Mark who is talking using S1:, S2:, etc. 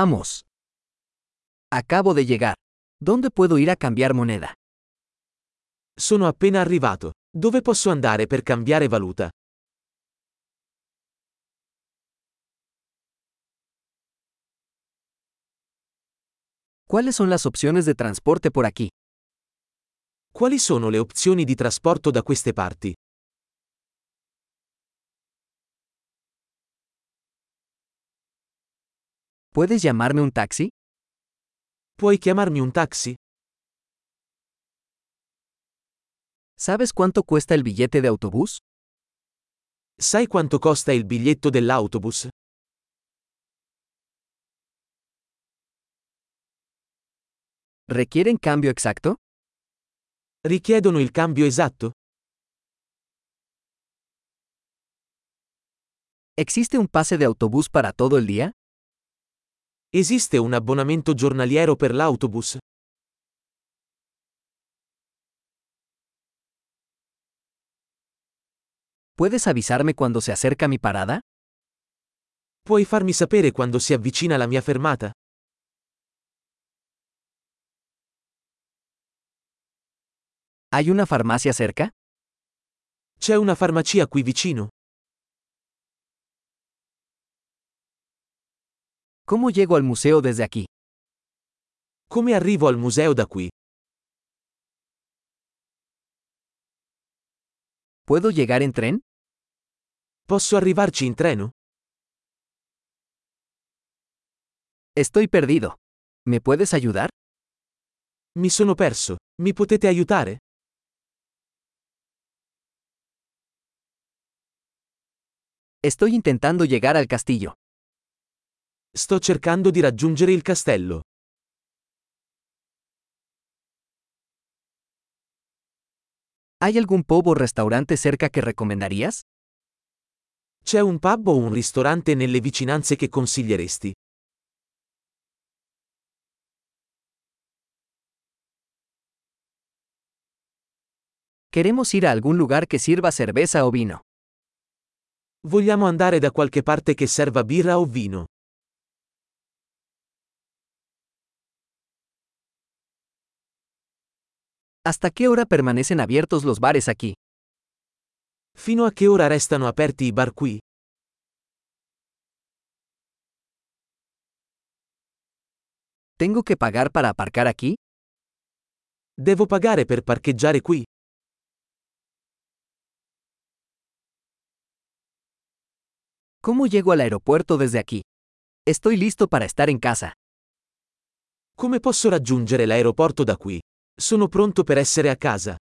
S1: Vamos. Acabo de llegar. ¿Dónde puedo ir a cambiar moneda?
S2: Sono appena arrivato. Dove posso andare per cambiare valuta?
S1: ¿Cuáles son las opciones de transporte por aquí?
S2: Quali sono le opzioni di trasporto da queste parti?
S1: ¿Puedes llamarme un taxi?
S2: Puoi chiamarmi un taxi?
S1: ¿Sabes cuánto cuesta el billete de autobús?
S2: Sai quanto costa il biglietto dell'autobus?
S1: ¿Requieren cambio exacto?
S2: Richiedono il cambio esatto?
S1: ¿Existe un pase de autobús para todo el día?
S2: Esiste un abbonamento giornaliero per l'autobus?
S1: ¿Puedes avisarme cuando se acerca mi parada?
S2: Puoi farmi sapere quando si avvicina la mia fermata?
S1: ¿Hay una farmacia cerca?
S2: C'è una farmacia qui vicino.
S1: ¿Cómo llego al museo desde aquí?
S2: Come arrivo al museo da qui?
S1: ¿Puedo llegar en tren?
S2: Posso arrivarci in treno?
S1: Estoy perdido. ¿Me puedes ayudar?
S2: Mi sono perso. Mi potete aiutare?
S1: Estoy intentando llegar al castillo.
S2: Sto cercando di raggiungere il castello.
S1: ¿Hay algún pub o restaurante cerca que recomendarías?
S2: C'è un pub o un ristorante nelle vicinanze che consiglieresti?
S1: Queremos ir a algún lugar que sirva cerveza o vino.
S2: Vogliamo andare da qualche parte che serva birra o vino.
S1: ¿Hasta qué hora permanecen abiertos los bares aquí?
S2: Fino a che ora restano aperti i bar qui?
S1: ¿Tengo que pagar para aparcar aquí?
S2: Devo pagare per parcheggiare qui?
S1: ¿Cómo llego al aeropuerto desde aquí? Estoy listo para estar en casa.
S2: Come posso raggiungere l'aeroporto da qui? Sono pronto per essere a casa.